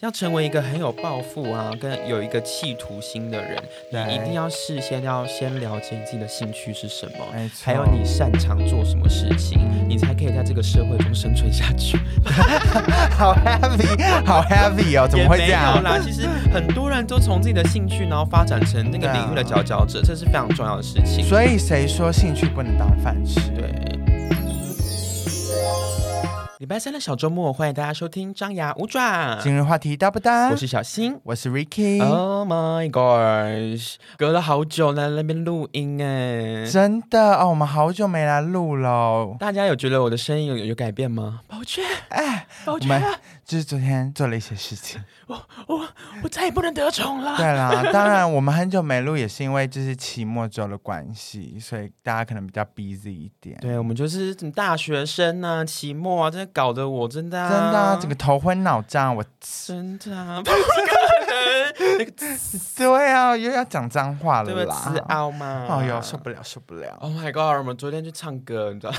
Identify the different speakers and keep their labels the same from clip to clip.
Speaker 1: 要成为一个很有抱负啊，跟有一个企图心的人，你一
Speaker 2: 对
Speaker 1: 定要事先要先了解你自己的兴趣是什么，
Speaker 2: 没错，嗯
Speaker 1: 还有你擅长做什么事情，你才可以在这个社会中生存下去。
Speaker 2: 好 heavy，好 heavy 哦，怎么会这
Speaker 1: 也没有
Speaker 2: 样？
Speaker 1: 啦？其实很多人都从自己的兴趣，然后发展成那个领域的佼佼者，这是非常重要的事情。
Speaker 2: 啊所以谁说兴趣不能当饭吃？
Speaker 1: 对。礼拜三的小周末，欢迎大家收听张牙舞爪，
Speaker 2: 今日话题搭不搭？
Speaker 1: 啊我是小新。
Speaker 2: 我是 Ricky，、
Speaker 1: Oh my gosh！隔了好久来那边录音哎，
Speaker 2: 真的哦，我们好久没来录喽。
Speaker 1: 大家有觉得我的声音有有有改变吗？宝娟，
Speaker 2: 哎，
Speaker 1: 宝
Speaker 2: 我
Speaker 1: 娟
Speaker 2: 们，就是昨天做了一些 事情。
Speaker 1: 我我再也不能得宠了。
Speaker 2: 对啦，当然我们很久没录，也是因为就是期末周的关系，所以大家可能比较 busy 一点。
Speaker 1: 对，我们就是什么大学生啊，期末啊，真的搞得我真的、啊、
Speaker 2: 真的、啊，整个头昏脑胀，我
Speaker 1: 真的、啊、不可能，那个词
Speaker 2: 对啊，又要讲脏话
Speaker 1: 对
Speaker 2: 了
Speaker 1: 不对？词
Speaker 2: 啦。
Speaker 1: 拗嘛，
Speaker 2: 哎呦，受不了，受不了，
Speaker 1: ！Oh my god！我们昨天去唱歌，你知道，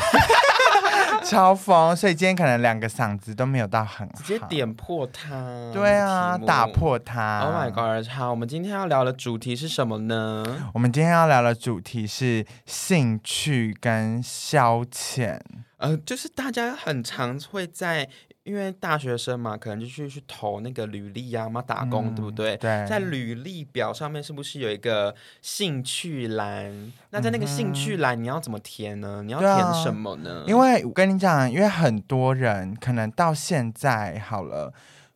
Speaker 2: 超疯，所以今天可能两个嗓子都没有到很好，
Speaker 1: 直接点破它。
Speaker 2: 对
Speaker 1: 嗯
Speaker 2: 啊，
Speaker 1: 题目
Speaker 2: 打。破它。
Speaker 1: Oh my god！好，我们今天要聊的主题是什么呢？
Speaker 2: 我们今天要聊的主题是兴趣跟消遣，
Speaker 1: 呃，就是大家很常会在，因为大学生嘛，可能就去去投那个履历啊，嘛打工，
Speaker 2: 嗯
Speaker 1: 对不对？
Speaker 2: 对，
Speaker 1: 在履历表上面是不是有一个兴趣栏？那在那个兴趣栏，你要怎么填呢？你要
Speaker 2: 嗯对啊
Speaker 1: 填什么呢？
Speaker 2: 因为我跟你讲，因为很多人可能到现在好了。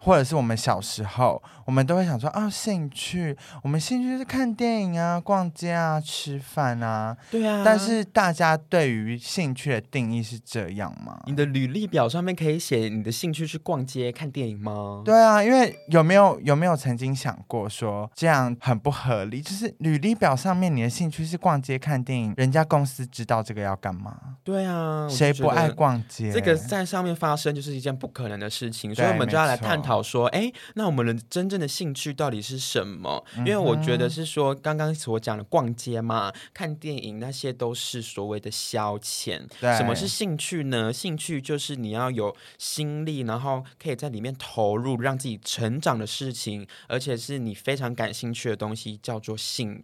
Speaker 2: 或者是我们小时候，我们都会想说啊，兴趣，我们兴趣是看电影啊、逛街啊、吃饭啊。
Speaker 1: 对啊，
Speaker 2: 但是大家对于兴趣的定义是这样吗？
Speaker 1: 你的履历表上面可以写你的兴趣是逛街、看电影吗？
Speaker 2: 对啊，因为有没有有没有曾经想过说这样很不合理？就是履历表上面你的兴趣是逛街看电影，人家公司知道这个要干嘛？
Speaker 1: 对啊，我就
Speaker 2: 谁
Speaker 1: 觉
Speaker 2: 不爱
Speaker 1: 得
Speaker 2: 逛街？
Speaker 1: 这个在上面发生就是一件不可能的事情，所以
Speaker 2: 对
Speaker 1: 我们就要
Speaker 2: 没
Speaker 1: 来
Speaker 2: 错
Speaker 1: 探讨说，哎，那我们的真正的兴趣到底是什么？因为我
Speaker 2: 嗯
Speaker 1: 觉得是说，刚刚所讲的逛街嘛、看电影那些都是所谓的消遣。
Speaker 2: 对
Speaker 1: 什么是兴趣呢？兴趣就是你要有心力，然后可以在里面投入，让自己成长的事情，而且是你非常感兴趣的东西，叫做兴
Speaker 2: 没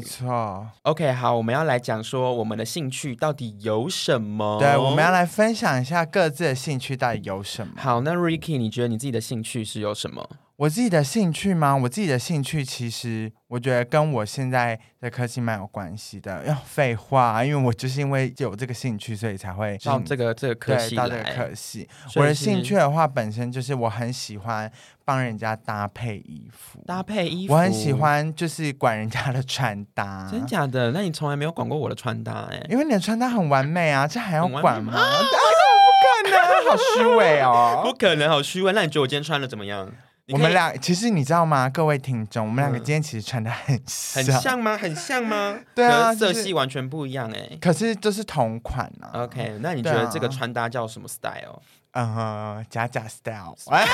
Speaker 1: 趣。
Speaker 2: 错，
Speaker 1: OK，好，我们要来讲说我们的兴趣到底有什么？
Speaker 2: 对，我们要。来分享一下各自的兴趣到底有什么。
Speaker 1: 好，那 Ricky，你觉得你自己的兴趣是有什么？
Speaker 2: 我自己的兴趣吗？我自己的兴趣其实我觉得跟我现在的科技蛮有关系的。要废话，因为我就是因为有这个兴趣，所以才会嗯
Speaker 1: 到这个这个科
Speaker 2: 对
Speaker 1: 系
Speaker 2: 到这个
Speaker 1: 来，
Speaker 2: 科系。
Speaker 1: 所
Speaker 2: 我
Speaker 1: 以
Speaker 2: 的
Speaker 1: 是
Speaker 2: 兴趣的话，本身就是我很喜欢帮人家搭配衣服，
Speaker 1: 搭配衣服，
Speaker 2: 我很喜。欢啊就是管人家的穿搭，
Speaker 1: 真假的？那你从来没有管过我的穿搭哎、
Speaker 2: 因为你的穿搭很完美啊，这还要
Speaker 1: 很完
Speaker 2: 管
Speaker 1: 美
Speaker 2: 吗？啊当然不可能，好虚伪
Speaker 1: 不
Speaker 2: 哦。
Speaker 1: 可能，好虚伪。那你觉得我今天穿的怎么样？你
Speaker 2: 我
Speaker 1: 可
Speaker 2: 们
Speaker 1: 以
Speaker 2: 俩其实你知道吗，各位听众，我们两个
Speaker 1: 嗯
Speaker 2: 今天其实穿的很
Speaker 1: 很
Speaker 2: 像，
Speaker 1: 像吗？很像吗？
Speaker 2: 对啊
Speaker 1: 可是色
Speaker 2: 就是
Speaker 1: 系完全不一样 哎、
Speaker 2: 可是就是同款啊。
Speaker 1: OK，那你觉
Speaker 2: 对
Speaker 1: 得这个
Speaker 2: 啊
Speaker 1: 穿搭叫什么 style？
Speaker 2: 嗯哼，假假 style，哎，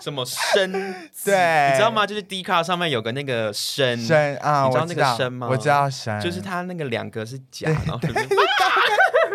Speaker 1: 什么深紫？
Speaker 2: 对
Speaker 1: 你知道吗？就是 D 卡上面有个那个深，
Speaker 2: 深啊，
Speaker 1: 你知道
Speaker 2: 我
Speaker 1: 那个深吗
Speaker 2: 我知道深，
Speaker 1: 就是它那个两个是假，然后就是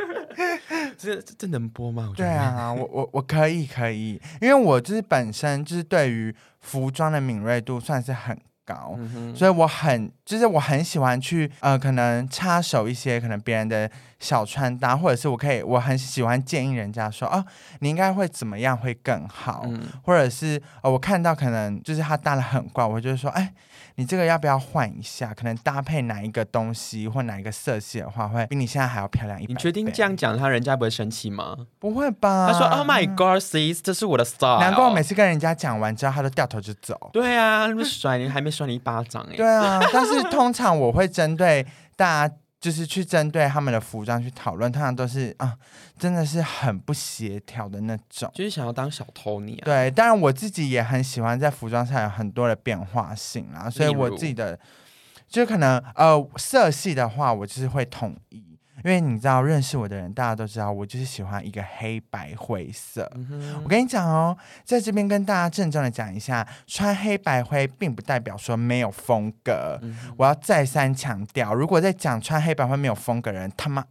Speaker 1: 这这这能播吗？我觉
Speaker 2: 对
Speaker 1: 得
Speaker 2: 啊，我我我可以可以，因为我就是本身就是对于服装的敏锐度算是很高，
Speaker 1: 嗯哼，
Speaker 2: 所以我很就是我很喜欢去呃，可能插手一些可能别人的小穿搭，或者是我可以我很喜欢建议人家说哦，你应该会怎么样会更好，
Speaker 1: 嗯，
Speaker 2: 或者是呃我看到可能就是他搭的很怪，我就说哎，你这个要不要换一下？可能搭配哪一个东西或哪一个色系的话，会比你现在还要漂亮一
Speaker 1: 你
Speaker 2: 百倍。
Speaker 1: 确定这样讲他，人家不会生气吗？
Speaker 2: 不会吧？
Speaker 1: 他说：“Oh my God, sis，这是我的 style。”
Speaker 2: 啊嗯难怪我每次跟人家讲完之后，他都掉头就走。
Speaker 1: 对啊，那么甩你还没甩你一巴掌哎、
Speaker 2: 对啊，但是通常我会针对大家，就是去针对他们的服装去讨论，通常都是啊，真的是很不协调的那种。
Speaker 1: 就是想要当小偷你啊。
Speaker 2: 对，当然我自己也很喜欢在服装上有很多的变化性啦，所以
Speaker 1: 例如
Speaker 2: 我自己的就可能呃色系的话，我就是会统一，因为你知道认识我的人，大家都知道我就是喜欢一个黑白灰色。
Speaker 1: 嗯
Speaker 2: 我
Speaker 1: 哼，
Speaker 2: 跟你讲哦，在这边跟大家郑重的讲一下，穿黑白灰并不代表说没有风格。
Speaker 1: 嗯哼
Speaker 2: 我要再三强调，如果在讲穿黑白灰没有风格的人，他妈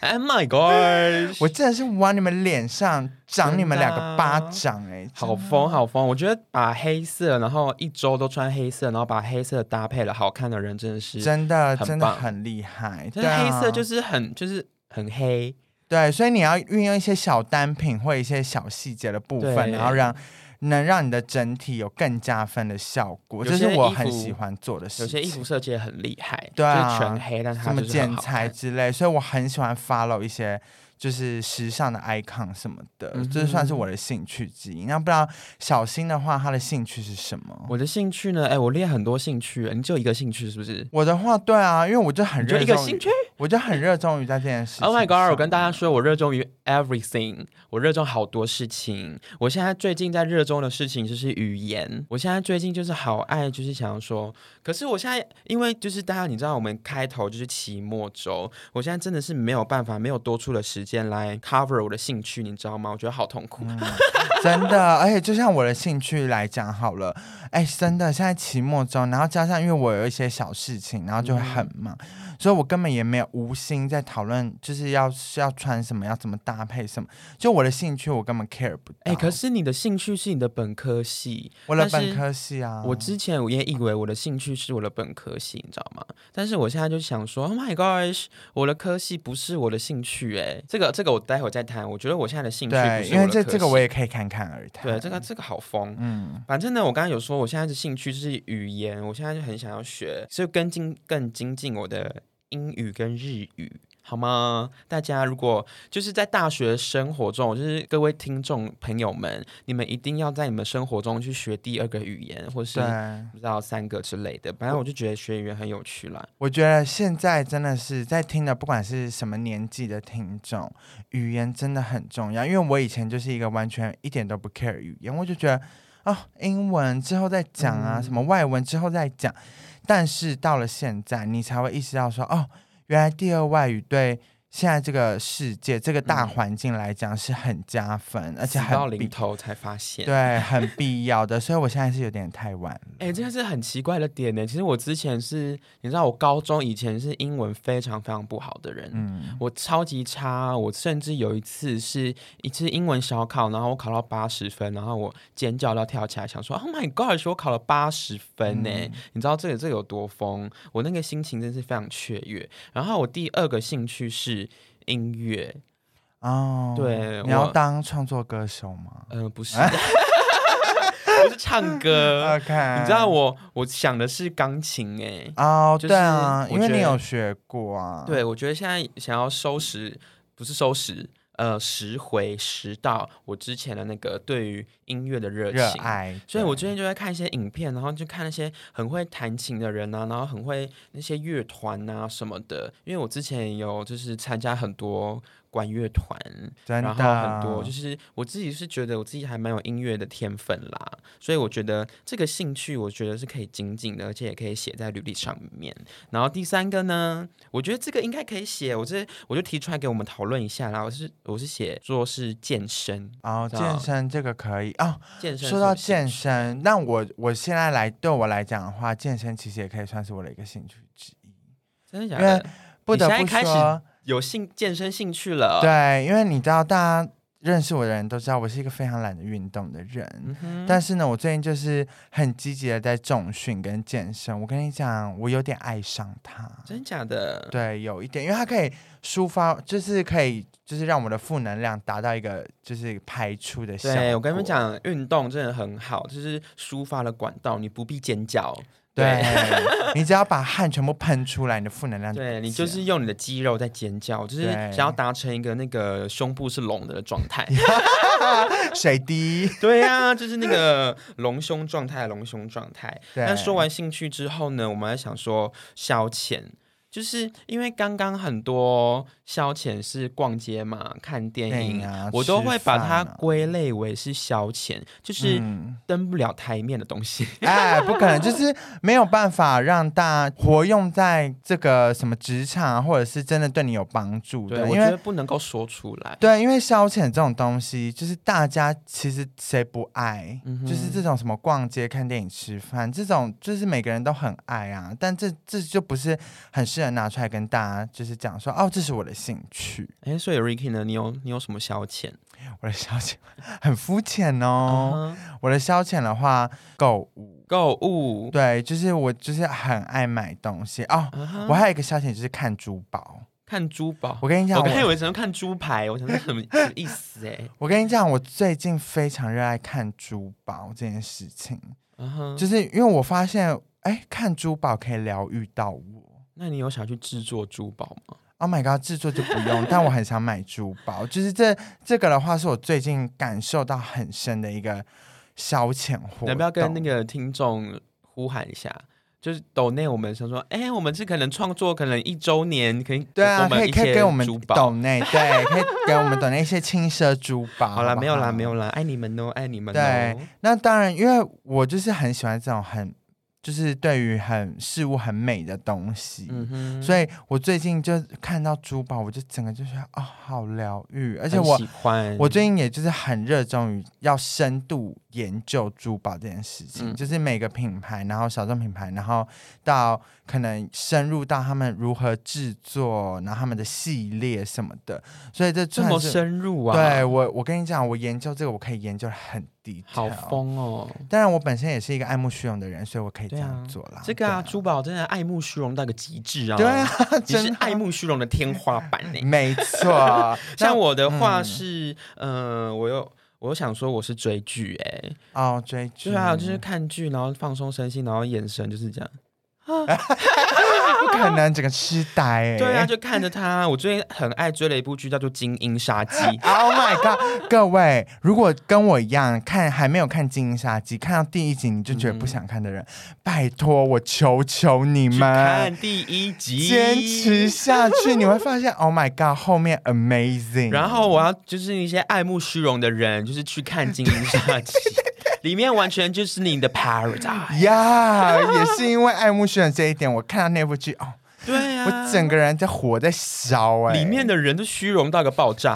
Speaker 1: Oh my god！
Speaker 2: 啊我真的是往你们脸上长你们两
Speaker 1: 真的啊
Speaker 2: 个巴掌哎、
Speaker 1: 好疯，好疯！我觉得把黑色，然后一周都穿黑色，然后把黑色搭配了好看的人，真的是，
Speaker 2: 真的啊
Speaker 1: 很
Speaker 2: 真的
Speaker 1: 棒
Speaker 2: 很厉害，
Speaker 1: 就
Speaker 2: 对
Speaker 1: 是
Speaker 2: 啊、
Speaker 1: 黑色就是很就是很黑，
Speaker 2: 对，所以你要运用一些小单品或一些小细节的部分，
Speaker 1: 对
Speaker 2: 然后让能让你的整体有更加分的效果，
Speaker 1: 有
Speaker 2: 这是
Speaker 1: 些
Speaker 2: 我
Speaker 1: 衣
Speaker 2: 很
Speaker 1: 服
Speaker 2: 喜欢做的事
Speaker 1: 有些
Speaker 2: 情。
Speaker 1: 衣服设计也很厉害，
Speaker 2: 对啊
Speaker 1: 就是全黑，但是
Speaker 2: 什
Speaker 1: 它
Speaker 2: 么
Speaker 1: 就是很
Speaker 2: 剪
Speaker 1: 好
Speaker 2: 裁
Speaker 1: 看。
Speaker 2: 之类，所以我很喜欢 follow 一些就是时尚的 icon 什么的，
Speaker 1: 嗯哼
Speaker 2: 这算是我的兴趣之一。那不知道小新的话，他的兴趣是什么？我
Speaker 1: 我的兴趣呢？哎，我列很多兴趣，你只有一个兴趣是不是？
Speaker 2: 的话，对啊，因为我就很
Speaker 1: 你就
Speaker 2: 热
Speaker 1: 一个
Speaker 2: 衷
Speaker 1: 兴
Speaker 2: 于，
Speaker 1: 趣
Speaker 2: 我就很热衷于在这件事情上。
Speaker 1: ？Oh my god！我跟大家说，我热衷于 everything，我热衷好多事情。我现在最近在热衷的事情就是语言。我现在最近就是好爱，就是想要说，可是我现在因为就是大家你知道，我们开头就是期末周，我现在真的是没有办法，没有多出的时间来 cover 我的兴趣，你知道吗？我觉得好痛苦。
Speaker 2: 嗯真的，而且就像我的兴趣来讲好了，哎，真的，现在期末中，然后加上因为我有一些小事情，然后就会
Speaker 1: 嗯
Speaker 2: 很忙，所以我根本也没有无心在讨论，就是要是要穿什么，要怎么搭配什么，就我的兴趣我根本 care 不到。
Speaker 1: 哎、可是你的兴趣是你的本科系，
Speaker 2: 我的
Speaker 1: 但是
Speaker 2: 本科系啊，
Speaker 1: 我之前我也以为我的兴趣是我的本科系，你知道吗？但是我现在就想说，Oh my gosh，我的科系不是我的兴趣、欸，这个这个我待会再谈。我觉得我现在的兴趣不
Speaker 2: 对，
Speaker 1: 是
Speaker 2: 因
Speaker 1: 我
Speaker 2: 为
Speaker 1: 的
Speaker 2: 这
Speaker 1: 科
Speaker 2: 这个我
Speaker 1: 系
Speaker 2: 也可以侃侃而谈。
Speaker 1: 对这个这个好疯。
Speaker 2: 嗯，
Speaker 1: 反正呢，我刚刚有说，我现在的兴趣就是语言，我现在就很想要学，就跟进更精进我的英语跟日语，好吗？大家如果就是在大学生活中，就是各位听众朋友们，你们一定要在你们生活中去学第二个语言，或是
Speaker 2: 对，
Speaker 1: 不知道三个之类的。反正我就觉得学语言很有趣啦。
Speaker 2: 我觉得现在真的是在听的，不管是什么年纪的听众，语言真的很重要。因为我以前就是一个完全一点都不 care 语言，我就觉得哦，英文之后再讲啊，
Speaker 1: 嗯
Speaker 2: 什么外文之后再讲。但是到了现在，你才会意识到说，哦，原来第二外语对现在这个世界、这个大
Speaker 1: 嗯
Speaker 2: 环境来讲是很加分，而且
Speaker 1: 死到
Speaker 2: 很
Speaker 1: 临
Speaker 2: 必
Speaker 1: 头才发现。
Speaker 2: 对， 很必要的。所以我现在是有点太晚了。
Speaker 1: 哎、这个是很奇怪的点呢。其实我之前是，你知道，我高中以前是英文非常非常不好的人，
Speaker 2: 嗯，
Speaker 1: 我超级差。我甚至有一次是一次英文小考，然后我考到八十分，然后我尖叫到跳起来，想说 “Oh my God！” 说我考了八十分呢、
Speaker 2: 嗯
Speaker 1: 你知道这个这个有多疯？我那个心情真是非常雀跃。然后我第二个兴趣是音乐，
Speaker 2: 哦，
Speaker 1: 对
Speaker 2: 你要
Speaker 1: 我
Speaker 2: 当创作歌手吗
Speaker 1: 呃，不是，
Speaker 2: 哎
Speaker 1: 我是唱歌。
Speaker 2: ？OK，
Speaker 1: 你知道我我想的是钢琴哎、
Speaker 2: 哦，
Speaker 1: 就是
Speaker 2: 对啊，
Speaker 1: 我
Speaker 2: 因为
Speaker 1: 觉
Speaker 2: 你
Speaker 1: 得
Speaker 2: 有学过啊，，
Speaker 1: 对我觉得现在想要收拾，不是收拾，呃，拾回拾到我之前的那个对于音乐的热情。
Speaker 2: 热爱，
Speaker 1: 所以我
Speaker 2: 觉
Speaker 1: 最近就在看一些影片，然后就看那些很会弹琴的人啊，然后很会那些乐团啊什么的。因为我之前有就是参加很多管乐团，
Speaker 2: 真的
Speaker 1: 然后很多就是我自己是觉得我自己还蛮有音乐的天分啦，所以我觉得这个兴趣我觉得是可以精进的，而且也可以写在履历上面。然后第三个呢，我觉得这个应该可以写，我这我就提出来给我们讨论一下啦。我是我是写做是健身，
Speaker 2: 哦，
Speaker 1: 知道
Speaker 2: 健身这个可以哦。
Speaker 1: 健身
Speaker 2: 说到
Speaker 1: 是我兴
Speaker 2: 健
Speaker 1: 趣
Speaker 2: 身，那我我现在来对我来讲的话，健身其实也可以算是我的一个兴趣之一。
Speaker 1: 真的假
Speaker 2: 因为
Speaker 1: 的？
Speaker 2: 不
Speaker 1: 你
Speaker 2: 得
Speaker 1: 现在
Speaker 2: 不
Speaker 1: 开始呃
Speaker 2: 说，
Speaker 1: 有兴健身兴趣了，，
Speaker 2: 对，啊因为你知道，大家认识我的人都知道，我是一个非常懒得运动的人。
Speaker 1: 嗯哼，
Speaker 2: 但是呢，我最近就是很积极的在重训跟健身。我跟你讲，我有点爱上它。
Speaker 1: 真假的，
Speaker 2: 对，有一点，因为它可以抒发，就是可以，就是让我的负能量达到一个就是排出的效果。
Speaker 1: 对，我跟你们，讲，运动真的很好，就是抒发的管道，你不必尖叫，
Speaker 2: 对，你只要把汗全部喷出来，你的负能量
Speaker 1: 对
Speaker 2: 不
Speaker 1: 你就
Speaker 2: 见
Speaker 1: 是用你的肌肉在尖叫，就是
Speaker 2: 对
Speaker 1: 想要达成一个那个胸部是隆的状 态。
Speaker 2: 水滴。
Speaker 1: 对呀、就是那个隆胸状态，隆胸状态。
Speaker 2: 对，
Speaker 1: 那说完兴趣之后呢，我们还想说消遣，就是因为刚刚很多消遣是逛街嘛、看电
Speaker 2: 电
Speaker 1: 影
Speaker 2: 影啊，
Speaker 1: 我都
Speaker 2: 吃
Speaker 1: 会把
Speaker 2: 饭
Speaker 1: 它
Speaker 2: 啊
Speaker 1: 归类为是消遣，就是
Speaker 2: 嗯
Speaker 1: 登不了台面的东西。
Speaker 2: 哎，不可能，就是没有办法让大家活用在这个什么职场啊，或者是真的对你有帮助
Speaker 1: 对，
Speaker 2: 的，
Speaker 1: 我
Speaker 2: 因
Speaker 1: 觉
Speaker 2: 为
Speaker 1: 得不能够说出来。
Speaker 2: 对，因为消遣这种东西，就是大家其实谁不爱？
Speaker 1: 嗯哼
Speaker 2: 就是这种什么逛街、看电影、吃饭这种，就是每个人都很爱啊。但这这就不是很适能拿出来跟大家就是讲说，哦，这是我的兴趣，
Speaker 1: 哎，所以 Ricky 呢，你有你有什么消遣？
Speaker 2: 我的消遣 很肤浅
Speaker 1: 嗯
Speaker 2: 哦。我的消遣的话，购物，
Speaker 1: 啊购物，
Speaker 2: 对，就是我就是很爱买东西哦。
Speaker 1: 啊哈
Speaker 2: 我还有一个消遣就是看珠宝。
Speaker 1: 看珠宝。
Speaker 2: 我跟你讲，
Speaker 1: 我刚才以
Speaker 2: 我
Speaker 1: 为只能看猪排，我想说 什么什么意思哎、
Speaker 2: 我跟你讲，我最近非常热爱看珠宝这件事情，
Speaker 1: 嗯哼，
Speaker 2: 就是因为我发现，哎，看珠宝可以疗愈到我。
Speaker 1: 那你有想去制作珠宝吗？
Speaker 2: Oh my god，制作就不 用，但我很想买珠宝。就是这这个的话，是我最近感受到很深的一个消遣活动。
Speaker 1: 要不要跟那个听众呼喊一下？就是抖内我们想说，哎、我们是可能创作可能一周年，可以
Speaker 2: 对啊，
Speaker 1: 我们
Speaker 2: 可以
Speaker 1: 一
Speaker 2: 可以
Speaker 1: 些
Speaker 2: 给我们
Speaker 1: 珠宝。
Speaker 2: 抖内， 对，可以给我们抖内一些轻奢珠宝。
Speaker 1: 好啦，
Speaker 2: 了，
Speaker 1: 没有啦，没有
Speaker 2: 了。
Speaker 1: 啦，爱你们哦，爱你们哦
Speaker 2: 对。那当然，因为我就是很喜欢这种很，就是对于很事物很美的东西。
Speaker 1: 嗯哼，以
Speaker 2: 所以我最近就看到珠宝，我就整个就觉得哦，好疗愈，而且我
Speaker 1: 喜欢
Speaker 2: 我最近也就是很热衷于要深度研究珠宝这件事情，
Speaker 1: 嗯
Speaker 2: 就是每个品牌，然后小众品牌，然后到可能深入到他们如何制作，然后他们的系列什么的，所以这
Speaker 1: 这
Speaker 2: 算
Speaker 1: 么
Speaker 2: 是。
Speaker 1: 深入啊，
Speaker 2: 对，我，我跟你讲，我研究这个，我可以研究的很 detail。
Speaker 1: 好疯哦。
Speaker 2: 当然，我本身也是一个爱慕虚荣的人，所以我可以这
Speaker 1: 对啊
Speaker 2: 样做啦。
Speaker 1: 这个啊，
Speaker 2: 对
Speaker 1: 珠宝真的爱慕虚荣到一个极致啊！
Speaker 2: 对啊，，
Speaker 1: 你是
Speaker 2: 真的
Speaker 1: 爱慕虚荣的天花板呢、。
Speaker 2: 没错
Speaker 1: 像
Speaker 2: 那
Speaker 1: 我的话
Speaker 2: 嗯
Speaker 1: 是，嗯、我有我想说我是追剧哎、
Speaker 2: 哦，追剧
Speaker 1: 对啊，就是看剧，然后放松身心，然后眼神就是这样。
Speaker 2: 不可能整个痴呆哎、
Speaker 1: 对 啊，就看着他。我最近很爱追的一部剧叫做《精英杀机》，
Speaker 2: Oh my god！各位，如果跟我一样看还没有看《金银杀机》，看到第一集你就觉得不想看的人，拜托我求求你
Speaker 1: 去
Speaker 2: 们，
Speaker 1: 看第一集，
Speaker 2: 坚持。下去，你会发现 Oh my god，后面 amazing。
Speaker 1: 然后我要就是一些爱慕虚荣的人，就是去看《精英杀机》， 里面完全就是你的 paradise。
Speaker 2: 呀也是因为爱慕虚荣这一点，我看到那部剧哦，
Speaker 1: 对啊，
Speaker 2: 我整个人在火在烧哎、
Speaker 1: 里面的人都虚荣到一个爆炸。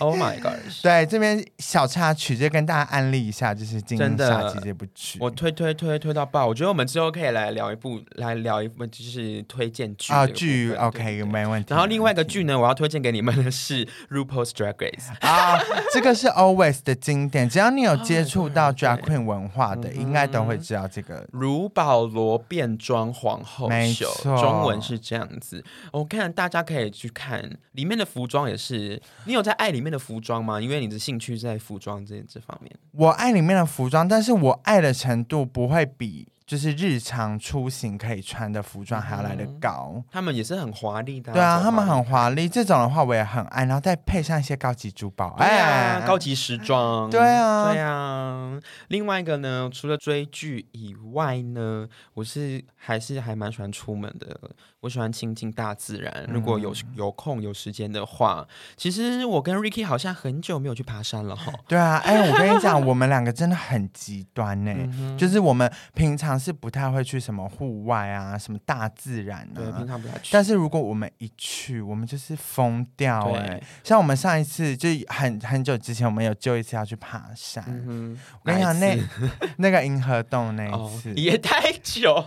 Speaker 1: Oh my god！
Speaker 2: 对这边小插曲就跟大家安利一下，就是《金
Speaker 1: 真
Speaker 2: 银
Speaker 1: 的
Speaker 2: 杀机》这部剧。
Speaker 1: 我推推推推到爆，我觉得我们之后可以来聊一部，来聊一部就是推荐剧
Speaker 2: 啊
Speaker 1: 这个部
Speaker 2: 剧
Speaker 1: 分
Speaker 2: OK 没问题。
Speaker 1: 然后另外一个剧呢，我要推荐给你们的是《RuPaul's Drag Race》。
Speaker 2: 啊，这个是 always 的经典，只要你有接触到
Speaker 1: 哦对
Speaker 2: drag queen 文化的，应该都会知道这个。
Speaker 1: 如保罗变装皇后
Speaker 2: 没
Speaker 1: 秀，
Speaker 2: 错
Speaker 1: 中文是这样子。我看大家可以去看里面的服装，也是你有在爱里面的服装吗？因为你的兴趣在服装这这方面。
Speaker 2: 我爱里面的服装，但是我爱的程度不会比就是日常出行可以穿的服装还要来
Speaker 1: 嗯
Speaker 2: 的高。
Speaker 1: 他们也是很华丽的、
Speaker 2: 对啊，
Speaker 1: 走
Speaker 2: 他们
Speaker 1: 华丽
Speaker 2: 很华丽，这种的话我也很爱，然后再配上一些高级珠宝，
Speaker 1: 对啊
Speaker 2: 哎，，
Speaker 1: 高级时装，
Speaker 2: 对啊
Speaker 1: 对啊。另外一个呢，除了追剧以外呢，我是还是还蛮喜欢出门的，我喜欢亲近大自然。
Speaker 2: 嗯
Speaker 1: 如果有有空有时间的话，其实我跟 Ricky 好像很久没有去爬山了 哈。
Speaker 2: 对啊，哎、我跟你讲， 我们两个真的很极端呢、
Speaker 1: 嗯哼
Speaker 2: 就是我们平常是不太会去什么户外啊，什么大自然
Speaker 1: 对，
Speaker 2: 啊
Speaker 1: 平，常不太去。
Speaker 2: 但是如果我们一去，我们就是疯掉哎、
Speaker 1: 对，
Speaker 2: 像我们上一次就很很久之前，我们有就一次要去爬山，
Speaker 1: 嗯哼，
Speaker 2: 我跟你讲
Speaker 1: 哪
Speaker 2: 那
Speaker 1: 一次
Speaker 2: 那个银河洞那一
Speaker 1: 哦
Speaker 2: 次，
Speaker 1: 也太久。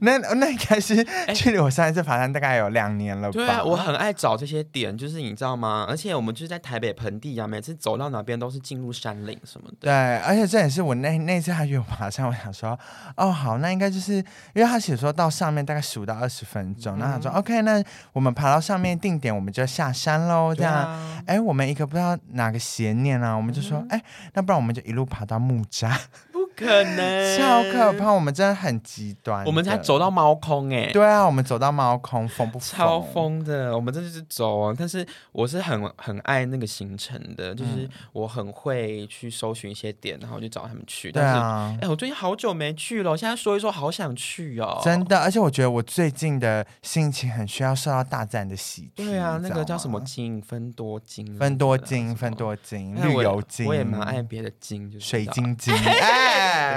Speaker 2: 那那应该是距离我上一次爬山大概有两年了吧？
Speaker 1: 哎对啊，我很爱找这些点，就是你知道吗？而且我们就是在台北盆地啊，每次走到哪边都是进入山林什么的。
Speaker 2: 对，而且这也是我那那次还约我爬山，我想说，哦好，那应该就是因为他写说到上面大概数到二十分
Speaker 1: 嗯
Speaker 2: 钟，那他说 OK，那我们爬到上面定点，我们就下山喽，这
Speaker 1: 对
Speaker 2: 样。
Speaker 1: 啊，
Speaker 2: 哎，我们一个不知道哪个邪念啊，我们就说，
Speaker 1: 嗯
Speaker 2: 哎、那不然我们就一路爬到木 栅，
Speaker 1: 不可能，
Speaker 2: 超可怕！我们真的很极端的，
Speaker 1: 我们才走到猫空哎、
Speaker 2: 对啊，我们走到猫空，疯不疯？
Speaker 1: 超！疯的，我们真的是走啊！但是我是很很爱那个行程的，
Speaker 2: 嗯
Speaker 1: 就是我很会去搜寻一些点，然后去找他们去。
Speaker 2: 对
Speaker 1: 但是，哎、
Speaker 2: 啊，
Speaker 1: 我最近好久没去了，我现在说一说，好想去哦。
Speaker 2: 真的，而且我觉得我最近的心情很需要受到大自然的洗涤。
Speaker 1: 对啊，
Speaker 2: 你
Speaker 1: 那
Speaker 2: 知道
Speaker 1: 个叫什么
Speaker 2: 吗？
Speaker 1: 金芬多精，
Speaker 2: 分多
Speaker 1: 什
Speaker 2: 精，
Speaker 1: 么
Speaker 2: 分。多精，
Speaker 1: 但
Speaker 2: 绿
Speaker 1: 哎我也
Speaker 2: 油精，
Speaker 1: 我也蛮爱别的精，就是
Speaker 2: 水
Speaker 1: 这样、
Speaker 2: 晶精，哎，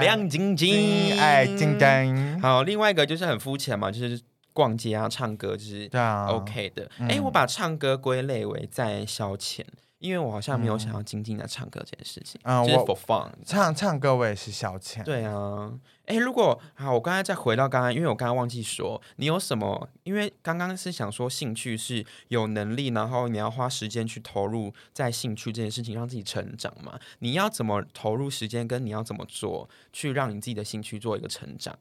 Speaker 1: 亮晶晶，
Speaker 2: 哎，晶晶，
Speaker 1: 好，另外一个就是很肤浅嘛，就是逛街啊、唱歌，就是
Speaker 2: 对啊
Speaker 1: OK 的。哎、
Speaker 2: 嗯
Speaker 1: 我把唱歌归类为在消遣，因为我好像没有想要静静的唱歌这件事情，
Speaker 2: 嗯
Speaker 1: 就是
Speaker 2: 我
Speaker 1: for fun。
Speaker 2: 唱唱歌我也是消遣，
Speaker 1: 对啊，哎、哎，如果好，我刚才再回到刚刚，因为我刚刚忘记说，你有什么？因为刚刚是想说兴趣是有能力，然后你要花时间去投入在兴趣这件事情，让自己成长嘛。你要怎么投入时间，跟你要怎么做，去让你自己的兴趣做一个成长？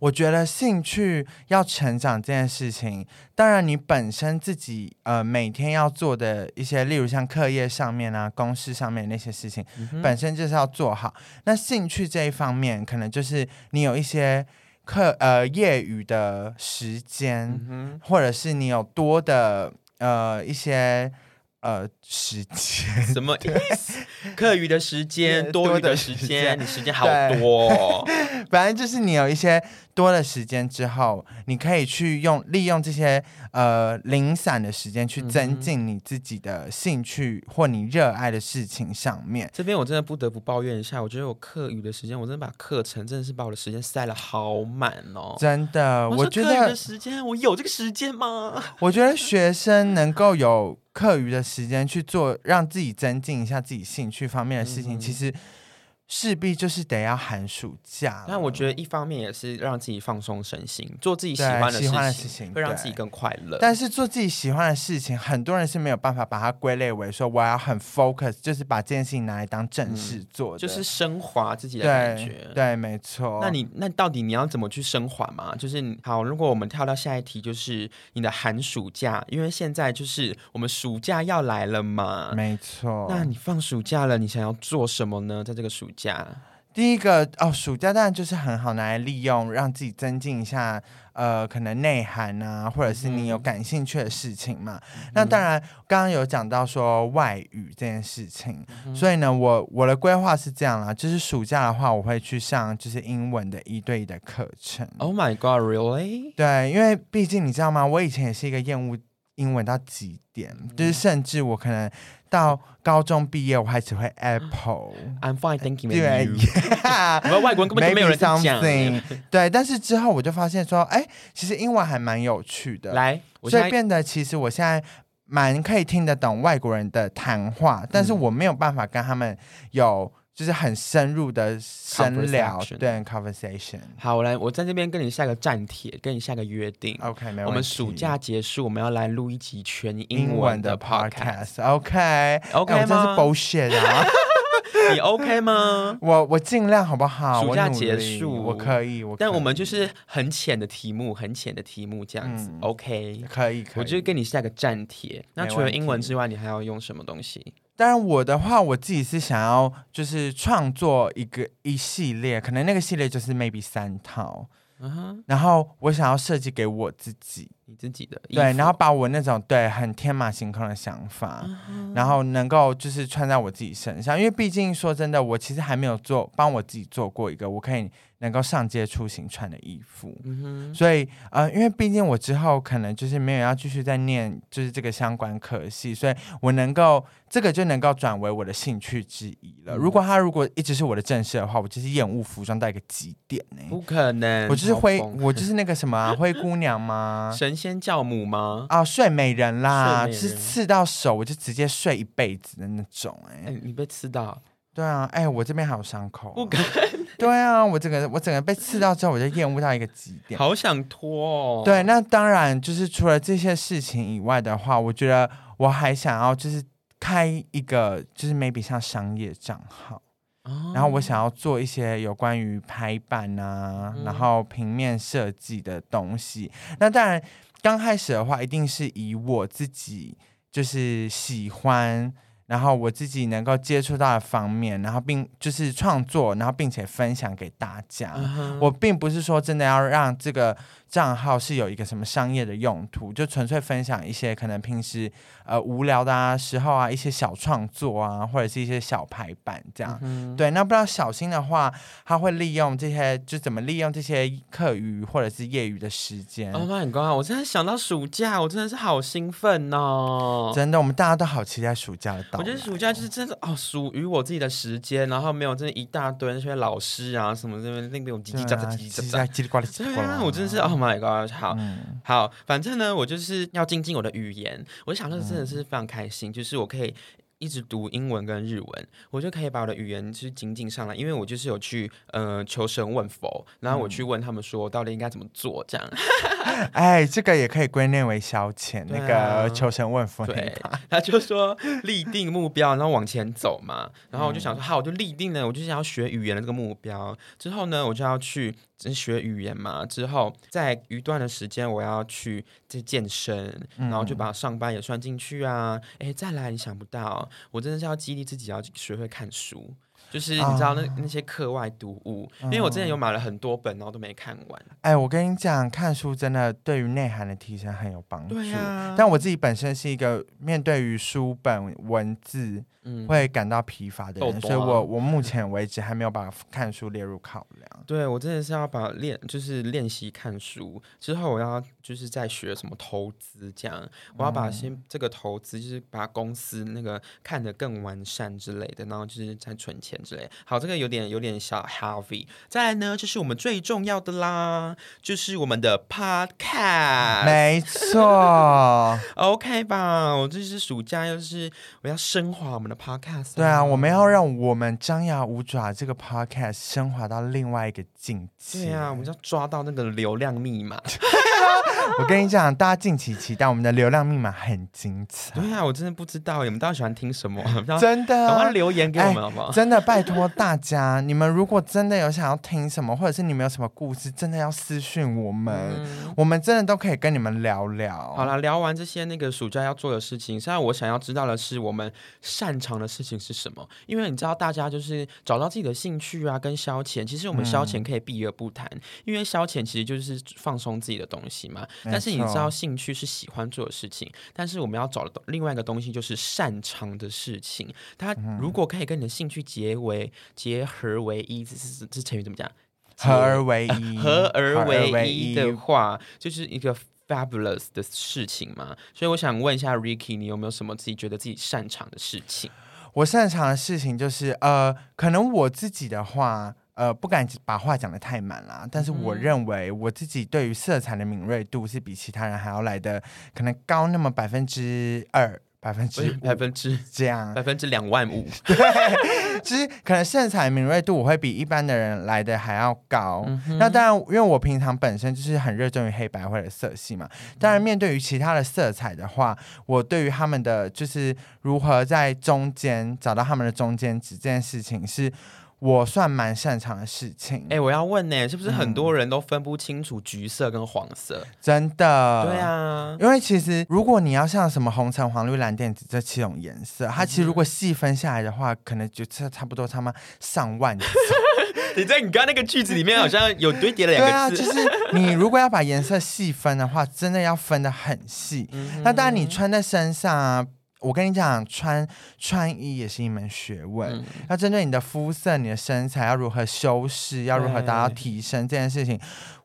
Speaker 2: 我觉得兴趣要成长这件事情，当然你本身自己呃每天要做的一些，例如像课业上面啊、公事上面那些事情，
Speaker 1: 嗯
Speaker 2: 本身就是要做好。那兴趣这一方面，可能就是你有一些课呃业余的时间，
Speaker 1: 嗯
Speaker 2: 或者是你有多的呃一些呃时间。
Speaker 1: 哼，什么意思？课余的时间，
Speaker 2: 对
Speaker 1: 多余
Speaker 2: 多
Speaker 1: 的
Speaker 2: 的
Speaker 1: 时
Speaker 2: 时
Speaker 1: 间，
Speaker 2: 间
Speaker 1: 你时间好多、哦。
Speaker 2: 反正就是你有一些多的时间之后，你可以去用利用这些呃零散的时间去
Speaker 1: 嗯
Speaker 2: 增
Speaker 1: 哼
Speaker 2: 进你自己的兴趣或你热爱的事情上面。
Speaker 1: 这边我真的不得不抱怨一下，我觉得我课余的时间，我真的把课程真的是把我的时间塞了好满哦。
Speaker 2: 真的，我
Speaker 1: 说
Speaker 2: 觉
Speaker 1: 课余的
Speaker 2: 得，
Speaker 1: 时间，我有这个时间吗？
Speaker 2: 我觉得学
Speaker 1: 嗯
Speaker 2: 生能够有课余的时间去做，让自己增进一下自己兴趣方面的事情，
Speaker 1: 嗯
Speaker 2: 其实势必就是得要寒暑假了。
Speaker 1: 但我觉得一方面也是让自己放松身心，做自己喜
Speaker 2: 对
Speaker 1: 欢的
Speaker 2: 喜
Speaker 1: 事
Speaker 2: 欢的
Speaker 1: 情，
Speaker 2: 事情
Speaker 1: 会让
Speaker 2: 对
Speaker 1: 自己更快乐。
Speaker 2: 但是做自己喜欢的事情，很多人是没有办法把它归类为说我要很 focus，就是把这件事情拿来当正事做的、
Speaker 1: 嗯就是升华自己的感
Speaker 2: 对
Speaker 1: 觉。
Speaker 2: 对，没错。
Speaker 1: 那你那到底你要怎么去升华嘛？就是你好，如果我们跳到下一题，就是你的寒暑假，因为现在就是我们暑假要来了嘛。
Speaker 2: 没错。
Speaker 1: 那你放暑假了，你想要做什么呢？在这个暑假，
Speaker 2: 第一个哦，暑假当然就是很好拿来利用，让自己增进一下呃，可能内涵啊，或者是你有
Speaker 1: 嗯
Speaker 2: 感兴趣的事情嘛。那当然，刚刚有讲到说外语这件事情，
Speaker 1: 嗯
Speaker 2: 所以呢，我我的规划是这样啦，就是暑假的话，我会去上就是英文的一对一的课程。
Speaker 1: Oh my God, really？
Speaker 2: 对，因为毕竟你知道吗？我以前也是一个厌恶英文到极点，
Speaker 1: 嗯
Speaker 2: 就是甚至我可能到高中毕业，我还只会 Apple。
Speaker 1: I'm fine, thank you.
Speaker 2: 对
Speaker 1: you.，
Speaker 2: yeah
Speaker 1: 我们外国人根本就没有人
Speaker 2: Maybe
Speaker 1: 在讲。
Speaker 2: something，对，但是之后我就发现说，哎，其实英文还蛮有趣的，
Speaker 1: 来，我
Speaker 2: 所
Speaker 1: 现在
Speaker 2: 以变得其实我现在蛮可以听得懂外国人的谈话，但是
Speaker 1: 嗯
Speaker 2: 我没有办法跟他们有就是很深入的深聊
Speaker 1: Conversation，
Speaker 2: 对 conversation。
Speaker 1: 好，我来，我在这边跟你下个暂帖，跟你下个约定。
Speaker 2: OK，没
Speaker 1: 我
Speaker 2: 问
Speaker 1: 们
Speaker 2: 题
Speaker 1: 暑假结束，我们要来录一集全英
Speaker 2: 英
Speaker 1: 文
Speaker 2: 文
Speaker 1: 的
Speaker 2: 的
Speaker 1: podcast。
Speaker 2: podcast，OK，OK、
Speaker 1: OK
Speaker 2: 我真
Speaker 1: 吗
Speaker 2: 是 bullshit 啊！
Speaker 1: 你 OK 吗？
Speaker 2: 我我尽量好不好？
Speaker 1: 暑假
Speaker 2: 我努力
Speaker 1: 结束
Speaker 2: 我可以，我可以
Speaker 1: 但我们就是很浅的题目，很浅的题目这样子、
Speaker 2: 嗯
Speaker 1: o k
Speaker 2: 可以，可
Speaker 1: 我
Speaker 2: 以。
Speaker 1: 就跟你下个站帖。那除了英文
Speaker 2: 没问题
Speaker 1: 之外，你还要用什么东西？
Speaker 2: 当然我的话，我自己是想要就是创作一个一系列，可能那个系列就是 maybe 三套，
Speaker 1: 嗯哼，
Speaker 2: 然后我想要设计给我自己，
Speaker 1: 你自己的衣
Speaker 2: 对，
Speaker 1: 服
Speaker 2: 然后把我那种对很天马行空的想法。
Speaker 1: 嗯
Speaker 2: 然后能够就是穿在我自己身上，因为毕竟说真的，我其实还没有做帮我自己做过一个我可以能够上街出行穿的衣服。
Speaker 1: 嗯哼，
Speaker 2: 所以呃，因为毕竟我之后可能就是没有要继续再念就是这个相关科系，所以我能够这个就能够转为我的兴趣之一
Speaker 1: 嗯
Speaker 2: 了。如果他如果一直是我的正事的话，我就是厌恶服装到一个极点呢、
Speaker 1: 不可能，
Speaker 2: 我就是
Speaker 1: 好
Speaker 2: 灰，
Speaker 1: 疯
Speaker 2: 我就是那个什么、啊、灰姑娘吗？
Speaker 1: 神仙教母吗？
Speaker 2: 啊，睡美人啦，
Speaker 1: 睡美
Speaker 2: 是
Speaker 1: 人
Speaker 2: 刺到手我就直接睡一辈子的那种哎、
Speaker 1: 哎、你被刺到，
Speaker 2: 对啊，哎、我这边还有伤口、
Speaker 1: 不
Speaker 2: 啊。
Speaker 1: 敢，
Speaker 2: 对啊，我整个我整个被刺到之后，我就厌恶到一个极点。
Speaker 1: 好想脱哦。
Speaker 2: 对，那当然就是除了这些事情以外的话，我觉得我还想要就是开一个就是 maybe 像商业账号，
Speaker 1: 哦，
Speaker 2: 然后我想要做一些有关于排版啊，
Speaker 1: 嗯
Speaker 2: 然后平面设计的东西。那当然刚开始的话，一定是以我自己就是喜欢。然后我自己能够接触到的方面，然后并就是创作，然后并且分享给大家。
Speaker 1: 嗯哼
Speaker 2: 我并不是说真的要让这个账号是有一个什么商业的用途，就纯粹分享一些可能平时呃无聊的啊时候啊，一些小创作啊，或者是一些小排版这样。
Speaker 1: 嗯哼
Speaker 2: 对，那不知道小新的话，他会利用这些，就怎么利用这些课余或者是业余的时间。
Speaker 1: Oh my god！我真的想到暑假，我真的是好兴奋哦。
Speaker 2: 真的，我们大家都好期待暑假的到
Speaker 1: 我
Speaker 2: 来。
Speaker 1: 觉得暑假就是真的哦，属于我自己的时间，然后没有这一大堆那些老师啊什么这边那边叽叽喳喳叽叽喳喳。
Speaker 2: 啊叽叽里呱啦叽里
Speaker 1: 对
Speaker 2: 呱啦
Speaker 1: 啊，。我真的是 Oh my God！好，
Speaker 2: 嗯，
Speaker 1: 呃好，反正呢，我就是要精进我的语言。我想到真的是非常开心，就是我可以一直读英文跟日文，我就可以把我的语言就是紧紧上来，因为我就是有去呃求神问佛，然后我去问他们说到底应该怎么做这样。
Speaker 2: 哎，这个也可以归类为消遣，
Speaker 1: 对
Speaker 2: 那
Speaker 1: 啊
Speaker 2: 个求神问佛那一
Speaker 1: 对
Speaker 2: 趴，
Speaker 1: 他就说立定目标，然后往前走嘛。然后我就想说，好，我就立定了，我就是要学语言的这个目标。之后呢，我就要去就是学语言嘛。之后在一段的时间，我要去这健身，然后就把上班也算进去啊。哎，再来，你想不到，我真的是要激励自己要学会看书。就是你知道那、那些课外读物，因为我之前有买了很多本，然后都没看完。
Speaker 2: 哎，我跟你讲，看书真的对于内涵的提升很有帮助。
Speaker 1: 对呀、啊，
Speaker 2: 但我自己本身是一个面对于书本文字
Speaker 1: 嗯
Speaker 2: 会感到疲乏的
Speaker 1: 豆
Speaker 2: 人，
Speaker 1: 豆
Speaker 2: 所以
Speaker 1: 啊
Speaker 2: 我我目前为止还没有把看书列入考 量。
Speaker 1: 对我真的是要把练，就是练习看书之后，我要就是在学什么投资这样，我要把
Speaker 2: 嗯
Speaker 1: 先这个投资就是把公司那个看得更完善之类的，然后就是在存钱之类。好，这个有点有点小 heavy。再来呢，就是我们最重要的啦，就是我们的 podcast。
Speaker 2: 没 错，
Speaker 1: OK 吧，我这是暑假，又是我要升华我们的 podcast。
Speaker 2: 对啊，我们
Speaker 1: 嗯
Speaker 2: 要让我们张牙舞爪这个 podcast 升华到另外一个境界。
Speaker 1: 对啊，我们要抓到那个流量密 码。
Speaker 2: 我跟你讲，大家敬请期待我们的流量密码很精彩，
Speaker 1: 对啊，我真的不知道你们到底喜欢听什么，然后
Speaker 2: 真的
Speaker 1: 赶快
Speaker 2: 啊。
Speaker 1: 留言给我们好不好？
Speaker 2: 真的拜托大家，你们如果真的有想要听什么，或者是你们有什么故事，真的要私讯我们，
Speaker 1: 嗯
Speaker 2: 我们真的都可以跟你们聊聊。
Speaker 1: 好，了，聊完这些那个暑假要做的事情，现在我想要知道的是我们擅长的事情是什么，因为你知道大家就是找到自己的兴趣啊，跟消遣。其实我们消
Speaker 2: 嗯
Speaker 1: 遣可以避而不谈，因为消遣其实就是放松自己的东西嘛。
Speaker 2: 没
Speaker 1: 但是你
Speaker 2: 错
Speaker 1: 知道兴趣是喜欢做的事情，但是我们要找的另外一个东西就是擅长的事情。它
Speaker 2: 嗯
Speaker 1: 如果可以跟你的兴趣结为结合为一，这这这成语怎么讲？
Speaker 2: 合而为 一，
Speaker 1: 合而为一
Speaker 2: 一
Speaker 1: 的话，就是一个 fabulous 的事情嘛。所以我想问一下 Ricky，你有没有什么自己觉得自己擅长的事情？
Speaker 2: 我擅长的事情就是，呃，可能我自己的话，呃，不敢把话讲得太满啦，但是我
Speaker 1: 嗯
Speaker 2: 认为我自己对于色彩的敏锐度是比其他人还要来的，可能高那么百分之二、百分
Speaker 1: 不是
Speaker 2: 之
Speaker 1: 百
Speaker 2: 五
Speaker 1: 分之
Speaker 2: 这样
Speaker 1: 百。分之两万 五，
Speaker 2: 就是可能色彩敏锐度我会比一般的人来的还要高。
Speaker 1: 嗯
Speaker 2: 那当然，因为我平常本身就是很热衷于黑白灰的色系嘛。
Speaker 1: 嗯
Speaker 2: 当然，面对于其他的色彩的话，我对于他们的就是如何在中间找到他们的中间值这件事情，是我算蛮擅长的事情。
Speaker 1: 哎、我要问呢、是不是很多人都分不清楚橘色跟黄色？
Speaker 2: 真的，
Speaker 1: 对。啊，
Speaker 2: 因为其实，如果你要像什么红橙黄绿蓝靛紫这七种颜色，它
Speaker 1: 嗯
Speaker 2: 其实如果细分下来的话，可能就差差不多他妈上万种
Speaker 1: 你在你刚刚那个句子里面好像有堆叠了
Speaker 2: 对啊，
Speaker 1: 两个
Speaker 2: 就
Speaker 1: 字。
Speaker 2: 是 你如果要把颜色细分的话，真的要分的很细。
Speaker 1: 嗯
Speaker 2: 那当然，你穿在身上啊，我跟你讲，穿穿衣也是一门学问。
Speaker 1: 嗯
Speaker 2: 要针对你的肤色、你的身材，要如何修饰，要如何达到
Speaker 1: 对
Speaker 2: 提升这件事情，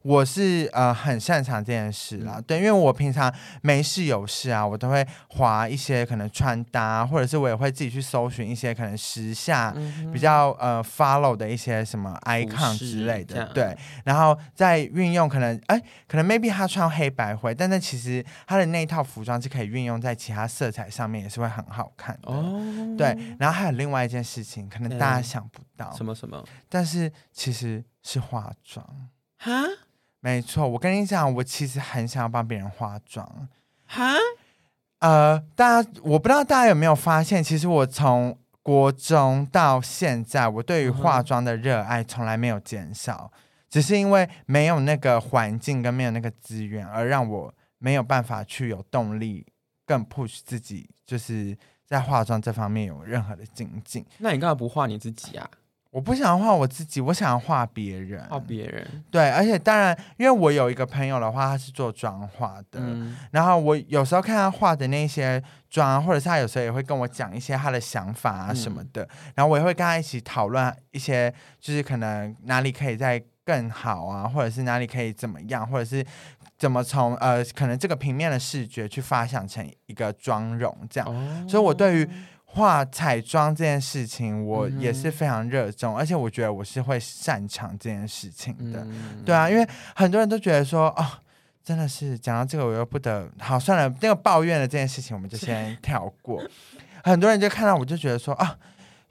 Speaker 2: 我是呃很擅长这件事
Speaker 1: 嗯
Speaker 2: 啦。对，因为我平常没事有事啊，我都会划一些可能穿搭，或者是我也会自己去搜寻一些可能时下。
Speaker 1: 嗯
Speaker 2: 比较呃 follow 的一些什么 icon
Speaker 1: 饰
Speaker 2: 之类
Speaker 1: 这
Speaker 2: 的
Speaker 1: 样，
Speaker 2: 对，然后再运用可能哎，可能 maybe 他穿黑白灰，但是其实他的那一套服装是可以运用在其他色彩上面，也是会很好看的。
Speaker 1: 哦，
Speaker 2: 对，啊然后还有另外一件事情，可能大家
Speaker 1: 嗯
Speaker 2: 想不到，
Speaker 1: 什么什么
Speaker 2: 但是其实是化妆。
Speaker 1: 哈
Speaker 2: 没错，我跟你讲，我其实很想要帮别人化妆。
Speaker 1: 哈，
Speaker 2: 呃，大家我不知道大家有没有发现，其实我从国中到现在，我对于化妆的热爱从来没有减少，只是因为没有那个环境跟没有那个资源，而让我没有办法去有动力更 push 自己，就是在化妆这方面有任何的精进。
Speaker 1: 那你干嘛不画你自己啊？
Speaker 2: 我不想要画我自己，我想要画别人。
Speaker 1: 画别人？
Speaker 2: 对，而且当然，因为我有一个朋友的话，他是做妆化的，
Speaker 1: 嗯，
Speaker 2: 然后我有时候看他画的那些妆，或者是他有时候也会跟我讲一些他的想法啊什么的，
Speaker 1: 嗯
Speaker 2: 然后我也会跟他一起讨论一些，就是可能哪里可以再更好啊，或者是哪里可以怎么样，或者是怎么从呃可能这个平面的视觉去发想成一个妆容这样。
Speaker 1: 哦
Speaker 2: 所以我对于画彩妆这件事情，我也
Speaker 1: 嗯
Speaker 2: 是非常热衷，而且我觉得我是会擅长这件事情的。
Speaker 1: 嗯
Speaker 2: 对啊，因为很多人都觉得说，哦，真的是讲到这个，我又不得好算了，那个抱怨的这件事情，我们就先跳过。很多人就看到我就觉得说啊，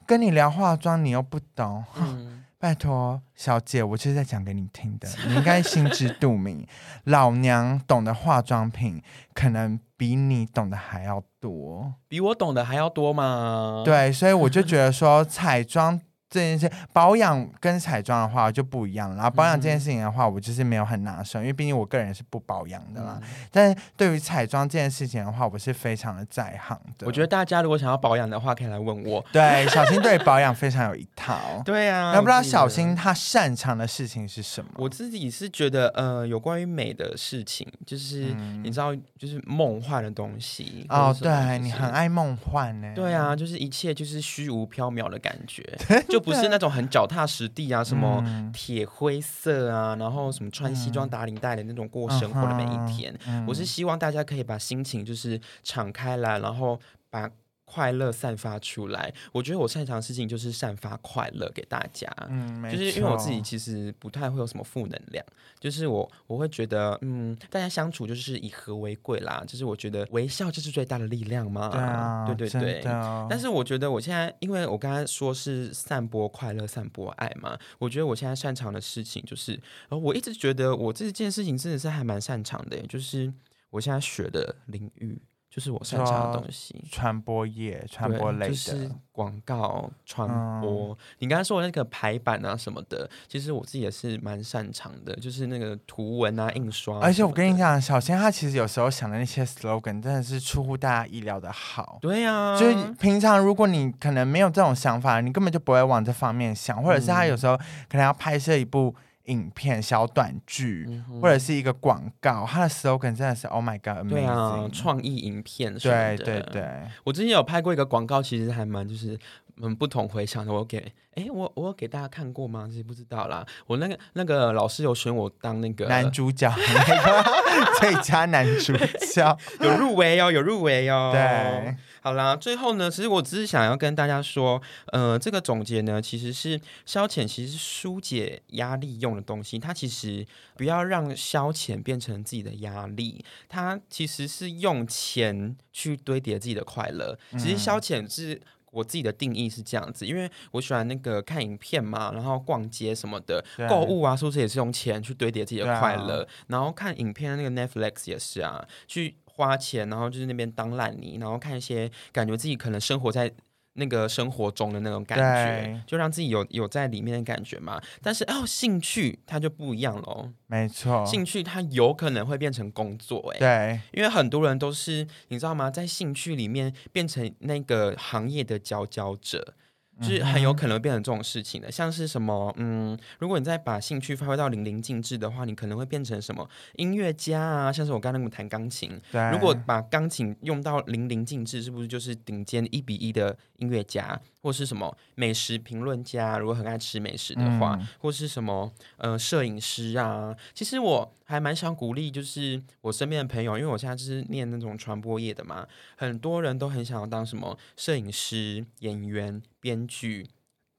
Speaker 2: 跟你聊化妆你又不懂，
Speaker 1: 嗯，
Speaker 2: 拜托小姐，我就是在讲给你听的，你应该心知肚明。老娘懂得化妆品可能比你懂得还要多，
Speaker 1: 比我懂得还要多嘛？，
Speaker 2: 对，啊所以我就觉得说彩妆。这件事保养跟彩妆的话就不一样啦，然后保养这件事情的话，我就是没有很拿手，因为毕竟我个人是不保养的啦。
Speaker 1: 嗯
Speaker 2: 但是对于彩妆这件事情的话，我是非常的在行的。
Speaker 1: 我觉得大家如果想要保养的话，可以来问我。，
Speaker 2: 对小新对保养非常有一套
Speaker 1: 对啊
Speaker 2: 那不知道
Speaker 1: 我记得
Speaker 2: 小新他擅长的事情是什么？
Speaker 1: 我自己是觉得，呃，有关于美的事情，就是、你知道，就是梦幻的东西。或
Speaker 2: 嗯哦，
Speaker 1: 者什么
Speaker 2: 对
Speaker 1: 就是
Speaker 2: 你很爱梦幻呢。
Speaker 1: 对啊，就是一切就是虚无缥缈的感 觉，就不是那种很脚踏实地啊，什么
Speaker 2: 嗯
Speaker 1: 铁灰色啊，然后什么穿西装打领带的那种过生活的每一天。
Speaker 2: 嗯
Speaker 1: 我是希望大家可以把心情就是敞开来，然后把快乐散发出来。我觉得我擅长的事情就是散发快乐给大家。
Speaker 2: 嗯，没
Speaker 1: 就是因为我自己
Speaker 2: 错
Speaker 1: 其实不太会有什么负能量，就是我我会觉得，嗯，大家相处就是以和为贵啦，就是我觉得微笑就是最大的力量嘛，
Speaker 2: 对啊，
Speaker 1: 对对对。但
Speaker 2: 是
Speaker 1: 是我觉得我现在，因为我刚才说是散播快乐、散播爱嘛，我觉得我现在擅长的事情就是，呃，我一直觉得我这件事情真的是还蛮擅长的耶，就是我现在学的领域，就是我擅长的
Speaker 2: 说
Speaker 1: 东西。
Speaker 2: 传播业、哦传
Speaker 1: 对
Speaker 2: 播类的，
Speaker 1: 就是广告传
Speaker 2: 嗯
Speaker 1: 播。你刚才说的那个排版啊什么的，其实我自己也是蛮擅长的，就是那个图文啊、印刷啊什么的。
Speaker 2: 而且我跟你讲，小新他其实有时候想的那些 slogan 真的是出乎大家意料的好。
Speaker 1: 对呀、啊，
Speaker 2: 就是平常如果你可能没有这种想法，你根本就不会往这方面想，或者是
Speaker 1: 嗯
Speaker 2: 他有时候可能要拍摄一部影片、小短剧，
Speaker 1: 嗯哼
Speaker 2: 或者是一个广告，他的 slogan 真的是 Oh my God，amazing！
Speaker 1: 对啊，创意影片什么
Speaker 2: 对
Speaker 1: 的。
Speaker 2: 对对，
Speaker 1: 我之前有拍过一个广告，其实还蛮就是嗯不同回响的。我有给哎、我我有给大家看过吗？其实不知道啦。我那个那个老师有选我当那个
Speaker 2: 男主角那个 最佳男 主角，
Speaker 1: 有入围哦，有入围哦。
Speaker 2: 对，
Speaker 1: 好啦，最后呢，其实我只是想要跟大家说，呃，这个总结呢，其实是消遣，其实是疏解压力用的东西。它其实不要让消遣变成自己的压力，它其实是用钱去堆叠自己的快乐。其实消遣是。我自己的定义是这样子，因为我喜欢那个看影片嘛，然后逛街什么的，
Speaker 2: 对
Speaker 1: 购物啊，是不是也是用钱去堆叠自己
Speaker 2: 对
Speaker 1: 的
Speaker 2: 啊
Speaker 1: 快乐？然后看影片的那个 Netflix 也是啊，去花钱，然后就是那边当烂泥，然后看一些感觉自己可能生活在。那个生活中的那种感
Speaker 2: 对
Speaker 1: 觉，就让自己有有在里面的感觉嘛。但是哦，兴趣它就不一样喽。
Speaker 2: 没错，
Speaker 1: 兴趣它有可能会变成工作、欸，
Speaker 2: 对，
Speaker 1: 因为很多人都是你知道吗，在兴趣里面变成那个行业的佼佼者。就是很有可能变成这种事情的，像是什么，嗯，如果你再把兴趣发挥到淋漓尽致的话，你可能会变成什么音乐家啊，像是我刚刚那么弹钢琴，
Speaker 2: 对。
Speaker 1: 如果把钢琴用到淋漓尽致，是不是就是顶尖一比一的音乐家，或是什么美食评论家？如果很爱吃美食的话，
Speaker 2: 嗯
Speaker 1: 或是什么呃摄影师啊？其实我还蛮想鼓励，就是我身边的朋友，因为我现在就是念那种传播业的嘛，很多人都很想要当什么摄影师、演员、编剧、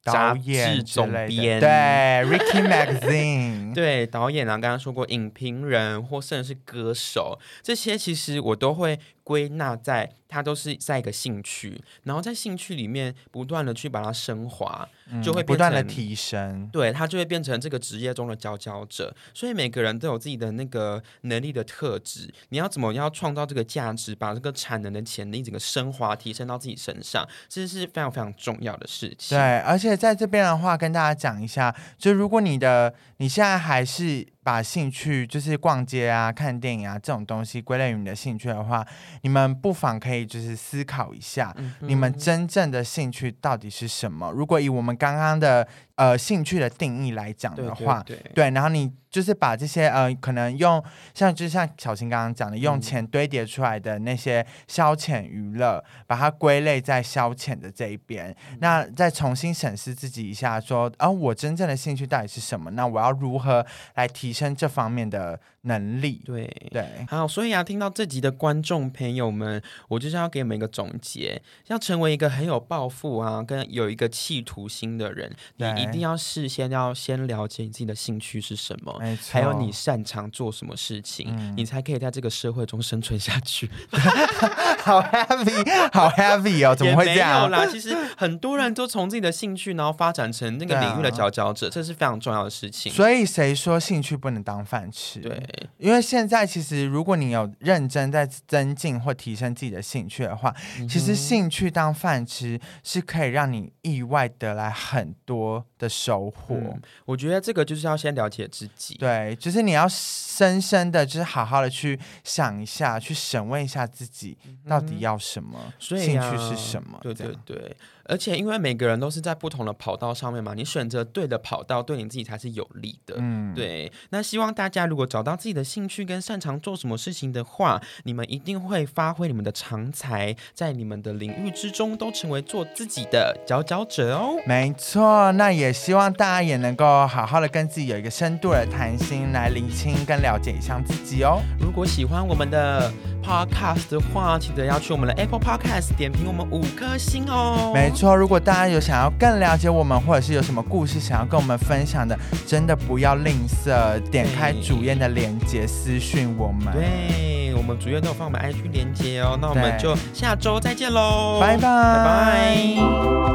Speaker 1: 杂
Speaker 2: 导演
Speaker 1: 志
Speaker 2: 之
Speaker 1: 总
Speaker 2: 类的
Speaker 1: 编，
Speaker 2: 对 Ricky Magazine，
Speaker 1: 嗯对导演啊，刚刚说过影评人或甚至是歌手，这些其实我都会归纳在它都是在一个兴趣，然后在兴趣里面不断的去把它升华，
Speaker 2: 嗯
Speaker 1: 就会
Speaker 2: 不
Speaker 1: 变
Speaker 2: 断的
Speaker 1: 成
Speaker 2: 提升。
Speaker 1: 对，他就会变成这个职业中的佼佼者。所以每个人都有自己的那个能力的特质，你要怎么样创造这个价值，把这个产能的潜力整个升华提升到自己身上，这是非常非常重要的事情。
Speaker 2: 对，而且在这边的话，跟大家讲一下，就如果你的你现在还是把兴趣，就是逛街啊、看电影啊这种东西归类于你的兴趣的话，你们不妨可以就是思考一下，你们
Speaker 1: 嗯
Speaker 2: 真正的兴趣到底是什么？如果以我们刚刚的呃兴趣的定义来讲
Speaker 1: 对
Speaker 2: 的话，
Speaker 1: 对对
Speaker 2: 对，然后你就是把这些呃，可能用像就像小新刚刚讲的，用
Speaker 1: 嗯
Speaker 2: 钱堆叠出来的那些消遣娱乐，把它归类在消遣的这一边，
Speaker 1: 嗯
Speaker 2: 那再重新审视自己一下说，啊，我真正的兴趣到底是什么？那我要如何来提升这方面的能力？
Speaker 1: 对
Speaker 2: 对，
Speaker 1: 好，所以啊，听到这集的观众朋友们，我就是要给你们一个总结：要成为一个很有抱负啊，跟有一个企图心的人，你
Speaker 2: 对
Speaker 1: 一定要事先要先了解你自己的兴趣是什么，
Speaker 2: 没错，
Speaker 1: 哦 还有你擅长做什么事情，
Speaker 2: 嗯
Speaker 1: 你才可以在这个社会中生存下去。
Speaker 2: 好 heavy，好 heavy 哦，怎么会这
Speaker 1: 也没有
Speaker 2: 样？
Speaker 1: 啦，其实很多人都从自己的兴趣，然后发展成那个领域的佼佼者，这是非常重要的事情。
Speaker 2: 啊所以谁说兴趣不能当饭吃？
Speaker 1: 对，
Speaker 2: 因为现在其实如果你有认真在增进或提升自己的兴趣的话，
Speaker 1: 嗯
Speaker 2: 其实兴趣当饭吃是可以让你意外得来很多的收获。
Speaker 1: 嗯我觉得这个就是要先了解自己。
Speaker 2: 对，就是你要深深的，就是好好的去想一下，去审问一下自己到底要什么，
Speaker 1: 所以
Speaker 2: 兴
Speaker 1: 啊
Speaker 2: 趣是什么。
Speaker 1: 嗯对
Speaker 2: 这
Speaker 1: 对
Speaker 2: 样
Speaker 1: 对，而且因为每个人都是在不同的跑道上面嘛，你选择对的跑道，对你自己才是有利的。
Speaker 2: 嗯，
Speaker 1: 对，那希望大家如果找到自己的兴趣跟擅长做什么事情的话，你们一定会发挥你们的长才，在你们的领域之中都成为做自己的佼佼者哦。
Speaker 2: 没错，那也希望大家也能够好好的跟自己有一个深度的谈心，来厘清跟了解一下自己哦。
Speaker 1: 如果喜欢我们的 podcast 的话，记得要去我们的 Apple Podcast 点评我们五颗星哦。
Speaker 2: 没错，如果大家有想要更了解我们，或者是有什么故事想要跟我们分享的，真的不要吝啬，点开主页的链接私讯我们。
Speaker 1: 对，我们主页都有放我们 IG 连接哦。那我们
Speaker 2: 对
Speaker 1: 就下周再见喽，
Speaker 2: 拜拜
Speaker 1: 拜拜。